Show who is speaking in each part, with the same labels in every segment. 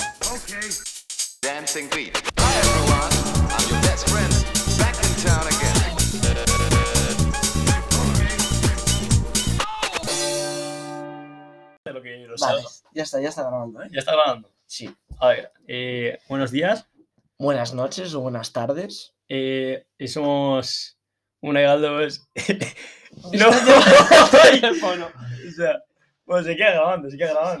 Speaker 1: okay?
Speaker 2: Dancing Beat. Hi everyone, I'm your best friend, back in town again.
Speaker 3: de lo que lo
Speaker 4: Vale,
Speaker 3: salga.
Speaker 4: ya está, ya está grabando, ¿eh?
Speaker 3: Ya está grabando.
Speaker 4: Sí.
Speaker 3: A ver, eh, buenos días.
Speaker 4: Buenas noches o buenas tardes.
Speaker 3: Eh, eh, somos una y dos. no. O sea, bueno, se queda grabando, se queda
Speaker 4: Ah,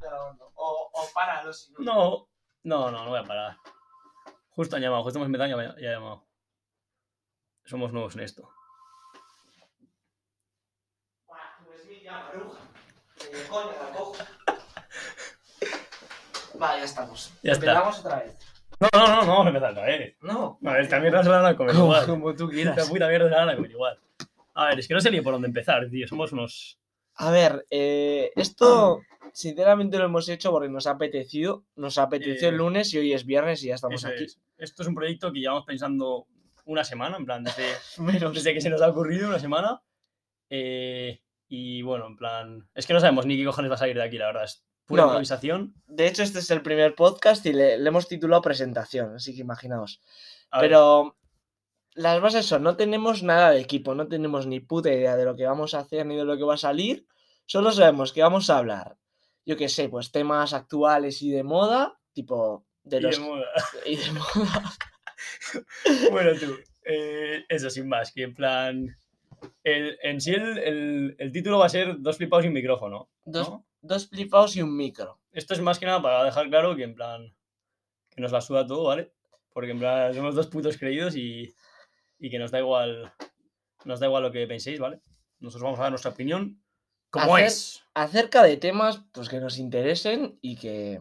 Speaker 3: grabando.
Speaker 4: O, o páralo si
Speaker 3: No, no, no, no voy a parar. Justo han llamado, justo hemos empezado y ya ya ha llamado. Somos nuevos en esto.
Speaker 4: Pues Vale, ya estamos.
Speaker 3: Ya está.
Speaker 4: Empezamos otra vez.
Speaker 3: No, no, no, no vamos a empezar otra vez.
Speaker 4: No.
Speaker 3: No, esta mierda se la van a comer
Speaker 4: Como,
Speaker 3: Pues igual.
Speaker 4: como tú
Speaker 3: Esta
Speaker 4: quieras.
Speaker 3: puta mierda se la van a comer igual. A ver, es que no sé ni por dónde empezar, tío. Somos unos.
Speaker 4: A ver, eh, esto sinceramente lo hemos hecho porque nos ha apetecido. Nos apeteció
Speaker 3: Eh,
Speaker 4: el lunes y hoy es viernes y ya estamos
Speaker 3: Eso
Speaker 4: aquí.
Speaker 3: es. Esto es un proyecto que llevamos pensando una semana, en plan, desde,
Speaker 4: Menos.
Speaker 3: desde que se nos ha ocurrido una semana. Eh, y bueno, en plan, es que no sabemos ni qué cojones va a salir de aquí, la verdad. Es pura
Speaker 4: No.
Speaker 3: improvisación.
Speaker 4: De hecho, este es el primer podcast y le, le hemos titulado presentación, así que imaginaos.
Speaker 3: A ver,
Speaker 4: Pero las bases son, no tenemos nada de equipo, no tenemos ni puta idea de lo que vamos a hacer ni de lo que va a salir, solo sabemos que vamos a hablar, yo qué sé, pues temas actuales y de moda, tipo de
Speaker 3: y de
Speaker 4: los...
Speaker 3: moda.
Speaker 4: y de moda.
Speaker 3: bueno, tú. eh, eso sin más, que en plan. el- en sí, el, el- el título va a ser Dos flipados y un micrófono.
Speaker 4: Dos,
Speaker 3: ¿no?
Speaker 4: dos flipados y un micro.
Speaker 3: Esto es más que nada para dejar claro que en plan. Que nos la suda todo, ¿vale? Porque en plan somos dos putos creídos y. Y que nos da igual. Nos da igual lo que penséis, ¿vale? Nosotros vamos a dar nuestra opinión. Como
Speaker 4: Hacer-
Speaker 3: es.
Speaker 4: Acerca de temas pues, que nos interesen y que...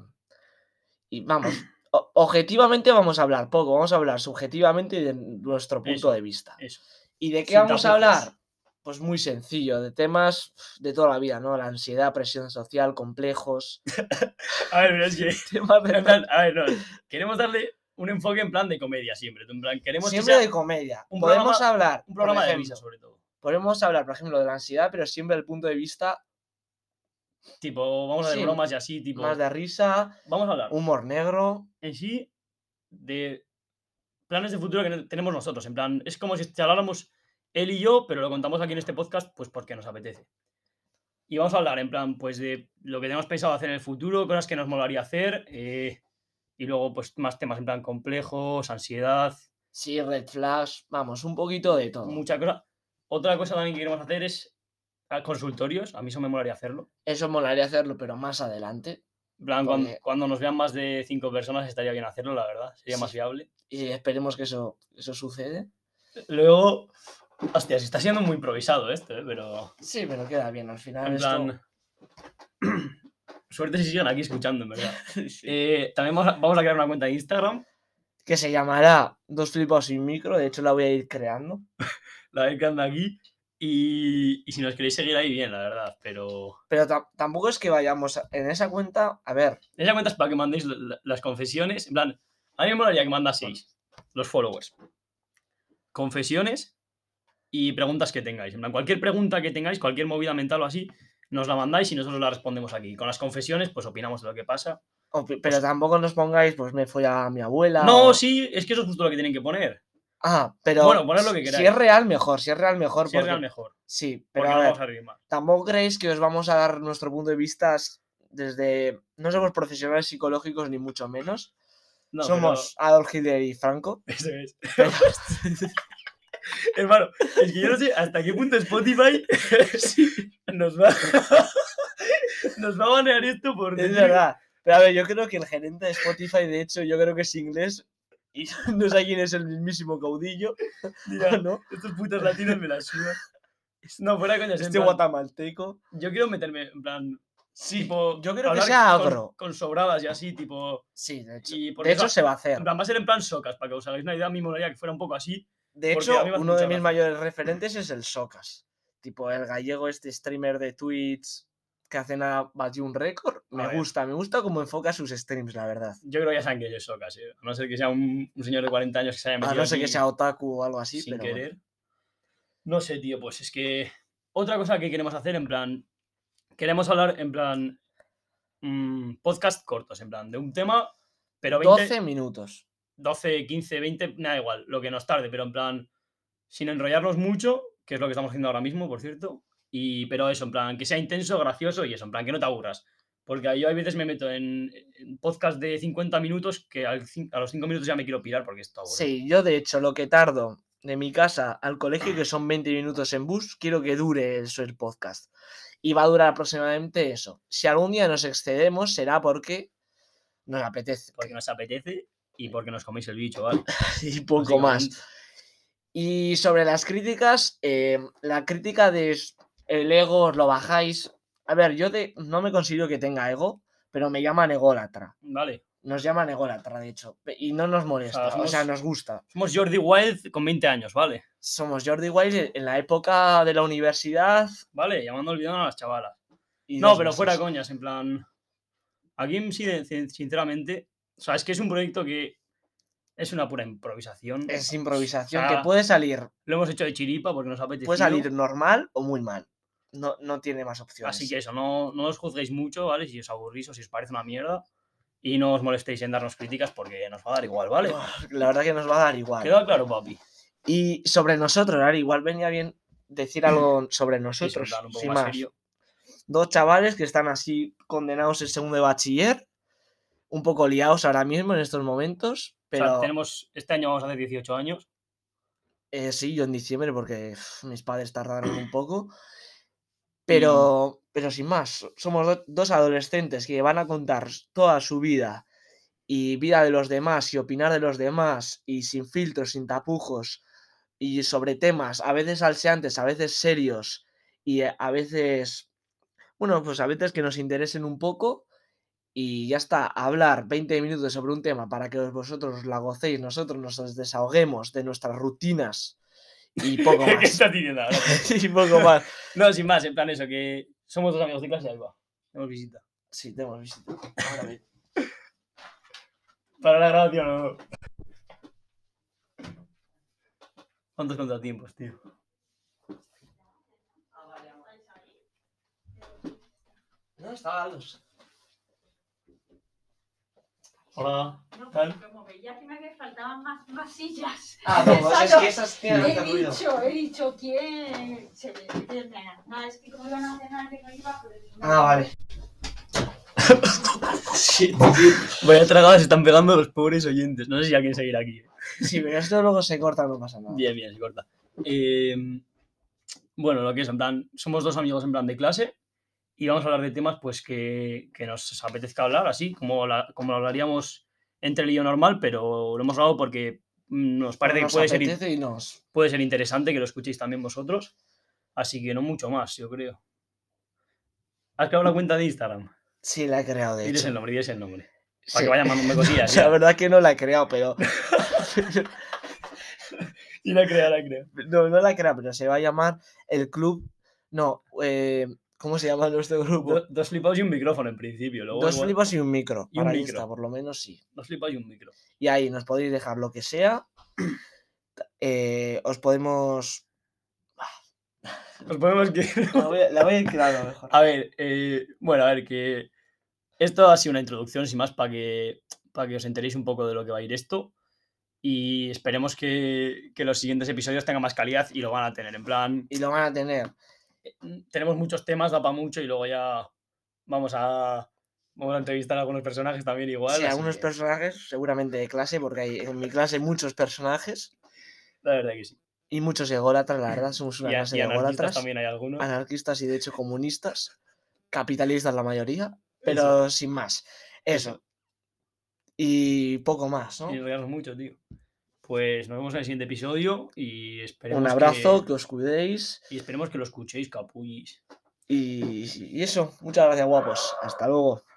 Speaker 4: Y vamos, o- objetivamente vamos a hablar poco, vamos a hablar subjetivamente y de nuestro punto
Speaker 3: Eso,
Speaker 4: de vista.
Speaker 3: Eso.
Speaker 4: ¿Y de qué
Speaker 3: Sin
Speaker 4: vamos a
Speaker 3: tapujos.
Speaker 4: hablar? Pues muy sencillo, de temas pf, de toda la vida, ¿no? La ansiedad, presión social, complejos.
Speaker 3: A ver, pero es que.
Speaker 4: temas de
Speaker 3: en
Speaker 4: todo.
Speaker 3: plan, a ver, no. Queremos darle un enfoque en plan de comedia siempre. En plan, queremos
Speaker 4: siempre
Speaker 3: que sea
Speaker 4: de comedia.
Speaker 3: un
Speaker 4: podemos
Speaker 3: programa-
Speaker 4: hablar.
Speaker 3: un programa
Speaker 4: por
Speaker 3: de
Speaker 4: ejemplo,
Speaker 3: risa, sobre todo.
Speaker 4: Podemos hablar, por ejemplo, de la ansiedad, pero siempre del punto de vista
Speaker 3: Tipo, vamos a hacer
Speaker 4: Sí,
Speaker 3: bromas y así, tipo.
Speaker 4: más de risa,
Speaker 3: Vamos a hablar.
Speaker 4: humor negro.
Speaker 3: en sí de planes de futuro que no- tenemos nosotros. En plan, es como si charláramos él y yo, pero lo contamos aquí en este podcast, pues porque nos apetece. Y vamos a hablar, en plan, pues de lo que tenemos pensado hacer en el futuro, cosas que nos molaría hacer, eh, y luego, pues más temas en plan complejos, ansiedad,
Speaker 4: Sí, red flash, vamos, un poquito de todo.
Speaker 3: mucha cosa. Otra cosa también que queremos hacer es a consultorios, a mí eso me molaría hacerlo.
Speaker 4: Eso molaría hacerlo, pero más adelante.
Speaker 3: En plan, cuan-
Speaker 4: Porque-
Speaker 3: cuando, nos vean más de cinco personas estaría bien hacerlo, la verdad, sería más
Speaker 4: Sí.
Speaker 3: viable.
Speaker 4: Y esperemos que eso, eso sucede.
Speaker 3: Luego, hostia, se está siendo muy improvisado esto, ¿eh? pero
Speaker 4: Sí, pero queda bien al final.
Speaker 3: en
Speaker 4: esto-
Speaker 3: plan... Suerte si siguen aquí escuchando, en verdad.
Speaker 4: Sí.
Speaker 3: Eh, también vamos a, vamos a crear una cuenta de Instagram,
Speaker 4: que se llamará Dos flipados sin micro, de hecho la voy a ir creando.
Speaker 3: la ver que anda aquí, y, y si nos queréis seguir ahí, bien, la verdad, pero...
Speaker 4: Pero ta- tampoco es que vayamos a- en esa cuenta, a ver,
Speaker 3: Esa cuenta es para que mandéis la- la- las confesiones, en plan, a mí me molaría que mandaseis los followers. Confesiones y preguntas que tengáis. En plan, cualquier pregunta que tengáis, cualquier movida mental o así, nos la mandáis y nosotros la respondemos aquí. Con las confesiones, pues opinamos de lo que pasa.
Speaker 4: opi- pero tampoco nos pongáis, pues me fui a mi abuela.
Speaker 3: No,
Speaker 4: o-
Speaker 3: sí, es que eso es justo lo que tienen que poner.
Speaker 4: Ah, pero.
Speaker 3: Bueno, poned lo que
Speaker 4: si- Si
Speaker 3: queráis.
Speaker 4: es real, mejor. Si es real, mejor.
Speaker 3: Si es
Speaker 4: porque-
Speaker 3: real, mejor.
Speaker 4: Sí, pero
Speaker 3: Porque
Speaker 4: a
Speaker 3: no
Speaker 4: ver,
Speaker 3: vamos a rimar.
Speaker 4: tampoco creéis que os vamos a dar nuestro punto de vista s- desde. No somos profesionales psicológicos, ni mucho menos.
Speaker 3: No, pero-
Speaker 4: somos Adolf Hitler y Franco.
Speaker 3: Eso es.
Speaker 4: pero-
Speaker 3: Hermano, es que yo no sé hasta qué punto Spotify nos va, nos va a banear esto por
Speaker 4: Es
Speaker 3: decir-
Speaker 4: verdad. Pero a ver, yo creo que el gerente de Spotify, de hecho, yo creo que es inglés. Y no sé quién es el mismísimo caudillo,
Speaker 3: Mira,
Speaker 4: ¿no?
Speaker 3: estos putos latinos me la sudan. No, fuera coña.
Speaker 4: Este guatemalteco.
Speaker 3: Yo quiero meterme en plan.
Speaker 4: Sí,
Speaker 3: tipo,
Speaker 4: yo creo que
Speaker 3: hablar
Speaker 4: sea
Speaker 3: con-
Speaker 4: agro.
Speaker 3: Con, sobradas y así, tipo.
Speaker 4: Sí, de hecho.
Speaker 3: Y por
Speaker 4: De
Speaker 3: eso-
Speaker 4: hecho, se va a hacer.
Speaker 3: en plan, va a ser en plan socas, para que os hagáis una idea. A mí me molaría que fuera un poco así.
Speaker 4: De
Speaker 3: porque
Speaker 4: hecho,
Speaker 3: a mí me hace
Speaker 4: uno de
Speaker 3: mucha
Speaker 4: mis
Speaker 3: gracia.
Speaker 4: mayores referentes es el Socas. Tipo, el gallego, este streamer de Twitch que hacen a batió un récord. Me
Speaker 3: ver.
Speaker 4: gusta, me gusta cómo enfoca sus streams, la verdad.
Speaker 3: Yo creo que ya saben que yo soy casi. A no ser que sea un, un señor de 40 años que se haya
Speaker 4: A
Speaker 3: metido
Speaker 4: no ser que
Speaker 3: aquí
Speaker 4: sea otaku o algo así,
Speaker 3: sin
Speaker 4: pero bueno.
Speaker 3: querer. No sé, tío, pues es que. Otra cosa que queremos hacer, en plan. Queremos hablar, en plan. mm, podcast cortos, en plan, de un tema Pero 20,
Speaker 4: 12 minutos.
Speaker 3: 12, 15, 20, nada igual, lo que nos tarde, pero en plan, sin enrollarnos mucho, que es lo que estamos haciendo ahora mismo, por cierto, y pero eso, en plan, que sea intenso, gracioso y eso, en plan, que no te aburras. Porque yo a veces me meto en, en podcast de 50 minutos que al cin- a los 5 minutos ya me quiero pirar porque está aburrido.
Speaker 4: Sí, yo de hecho lo que tardo de mi casa al colegio, que son 20 minutos en bus, quiero que dure el Suer Podcast. Y va a durar aproximadamente eso. Si algún día nos excedemos, será porque nos apetece
Speaker 3: Porque nos apetece y porque nos coméis el bicho, ¿vale?
Speaker 4: y poco más.
Speaker 3: Básicamente.
Speaker 4: Y sobre las críticas, eh, la crítica de s- el ego os lo bajáis. A ver, yo de- no me considero que tenga ego, pero me llaman ególatra.
Speaker 3: Vale.
Speaker 4: Nos llaman ególatra, de hecho. pe- Y no nos molesta, o sea,
Speaker 3: somos-
Speaker 4: nos gusta.
Speaker 3: Somos Jordi Wild con 20 años, ¿vale?
Speaker 4: Somos Jordi Wild en la época de la universidad.
Speaker 3: ¿Vale? Llamando el bidón a las chavalas.
Speaker 4: y
Speaker 3: No,
Speaker 4: dos
Speaker 3: pero fuera
Speaker 4: meses.
Speaker 3: coñas, en plan. Aquí, en sí, de- sin- sinceramente, o sea, es que es un proyecto que es una pura improvisación.
Speaker 4: Es improvisación,
Speaker 3: sea,
Speaker 4: que puede salir,
Speaker 3: Lo hemos hecho de chiripa porque nos ha apetecido.
Speaker 4: puede salir normal o muy mal. No, no tiene más opciones.
Speaker 3: Así que eso, no, no os juzguéis mucho, ¿vale? Si os aburrís o si os parece una mierda. Y no os molestéis en darnos críticas porque nos va a dar igual, ¿vale?
Speaker 4: La verdad que nos va a dar igual.
Speaker 3: Queda claro, papi.
Speaker 4: Y sobre nosotros, ahora igual venía bien decir algo sobre nosotros.
Speaker 3: plan un poco
Speaker 4: sin
Speaker 3: más
Speaker 4: más.
Speaker 3: serio.
Speaker 4: Dos chavales que están así condenados en segundo de bachiller, un poco liados ahora mismo en estos momentos,
Speaker 3: O sea,
Speaker 4: pero
Speaker 3: tenemos, este año vamos a hacer 18 años.
Speaker 4: eh, sí, yo en diciembre porque uf, mis padres tardaron un poco. Pero, pero sin más, so- somos do- dos adolescentes que van a contar s- toda su vida y vida de los demás y opinar de los demás y sin filtros, sin tapujos y sobre temas a veces alseantes, a veces serios y eh, a veces, bueno, pues a veces que nos interesen un poco y ya está, hablar 20 minutos sobre un tema para que vosotros os la gocéis, nosotros nos desahoguemos de nuestras rutinas y poco
Speaker 3: ¿Qué
Speaker 4: más.
Speaker 3: estás diciendo ahora?
Speaker 4: y poco más.
Speaker 3: No, sin más, en plan eso, que somos dos amigos de clase y ahí va. Tenemos visita.
Speaker 4: Sí, tenemos visita. Ahora ve.
Speaker 3: Para la grabación, no. ¿Cuántos contratiempos, tío?
Speaker 4: Ah, No, estaba Aldous. Ah,
Speaker 3: Hola.
Speaker 1: No,
Speaker 3: Tal.
Speaker 1: pero como veía que me faltaban más, más sillas.
Speaker 4: Ah,
Speaker 1: no, pues es que
Speaker 4: esas
Speaker 1: He dicho, he dicho quién. Se me entiende. No, es que como lo nacional que no iba, pues.
Speaker 4: Ah, vale. sí,
Speaker 3: Vaya tragada, se están pegando los pobres oyentes. No sé si alguien seguirá aquí. eh.
Speaker 4: sí, pero esto luego se corta, no pasa nada.
Speaker 3: Bien, bien, se corta. Eh, bueno, lo que es, en plan, somos dos amigos en plan de clase y vamos a hablar de temas pues que, que nos apetezca hablar, así como, la- como lo hablaríamos entre el y yo normal, pero lo hemos hablado porque mm, nos parece
Speaker 4: Nos
Speaker 3: que puede ser, in-
Speaker 4: apetece y nos.
Speaker 3: puede ser interesante que lo escuchéis también vosotros. Así que no mucho más, yo creo. Has creado la cuenta de Instagram.
Speaker 4: Sí, la he creado, de
Speaker 3: Diles
Speaker 4: hecho.
Speaker 3: el nombre, diles el nombre. Para
Speaker 4: Sí.
Speaker 3: que vaya mandándome cosillas.
Speaker 4: La
Speaker 3: ya.
Speaker 4: verdad que no la he creado, pero.
Speaker 3: Y la creo, la creo.
Speaker 4: No, no la he creado, pero se va a llamar el club. No, eh, ¿cómo se llama nuestro grupo?
Speaker 3: Do- dos flipados y un micrófono en principio. Luego
Speaker 4: Dos
Speaker 3: igual-
Speaker 4: flipas y un micro.
Speaker 3: Y un
Speaker 4: para
Speaker 3: micro.
Speaker 4: Insta, por lo menos sí.
Speaker 3: dos flipados y un micro.
Speaker 4: Y ahí nos podéis dejar lo que sea. Eh, os podemos.
Speaker 3: Nos ponemos que.
Speaker 4: La voy, a- la voy a ir creando mejor.
Speaker 3: A ver, eh, bueno, a ver, que esto ha sido una introducción, sin más, para que, para que os enteréis un poco de lo que va a ir esto. Y esperemos que, que los siguientes episodios tengan más calidad y lo van a tener. En plan,
Speaker 4: Y lo van a tener.
Speaker 3: eh, tenemos muchos temas, da para mucho y luego ya vamos a, vamos a entrevistar a algunos personajes también igual.
Speaker 4: sí,
Speaker 3: así
Speaker 4: algunos
Speaker 3: que,
Speaker 4: personajes, seguramente de clase, porque hay en mi clase muchos personajes
Speaker 3: La verdad que sí.
Speaker 4: y muchos ególatras, la verdad, somos una
Speaker 3: Y, a-
Speaker 4: clase
Speaker 3: y
Speaker 4: de
Speaker 3: anarquistas
Speaker 4: ególatras.
Speaker 3: también hay algunos.
Speaker 4: Anarquistas y de hecho comunistas, capitalistas la mayoría, pero sin más. Eso. Y poco más, ¿no?
Speaker 3: Y enredarnos mucho, tío. Pues nos vemos en el siguiente episodio y esperemos
Speaker 4: Un
Speaker 3: que-
Speaker 4: abrazo, que... os cuidéis
Speaker 3: y esperemos que lo escuchéis, capullis.
Speaker 4: y- y eso. Muchas gracias, guapos. Hasta luego.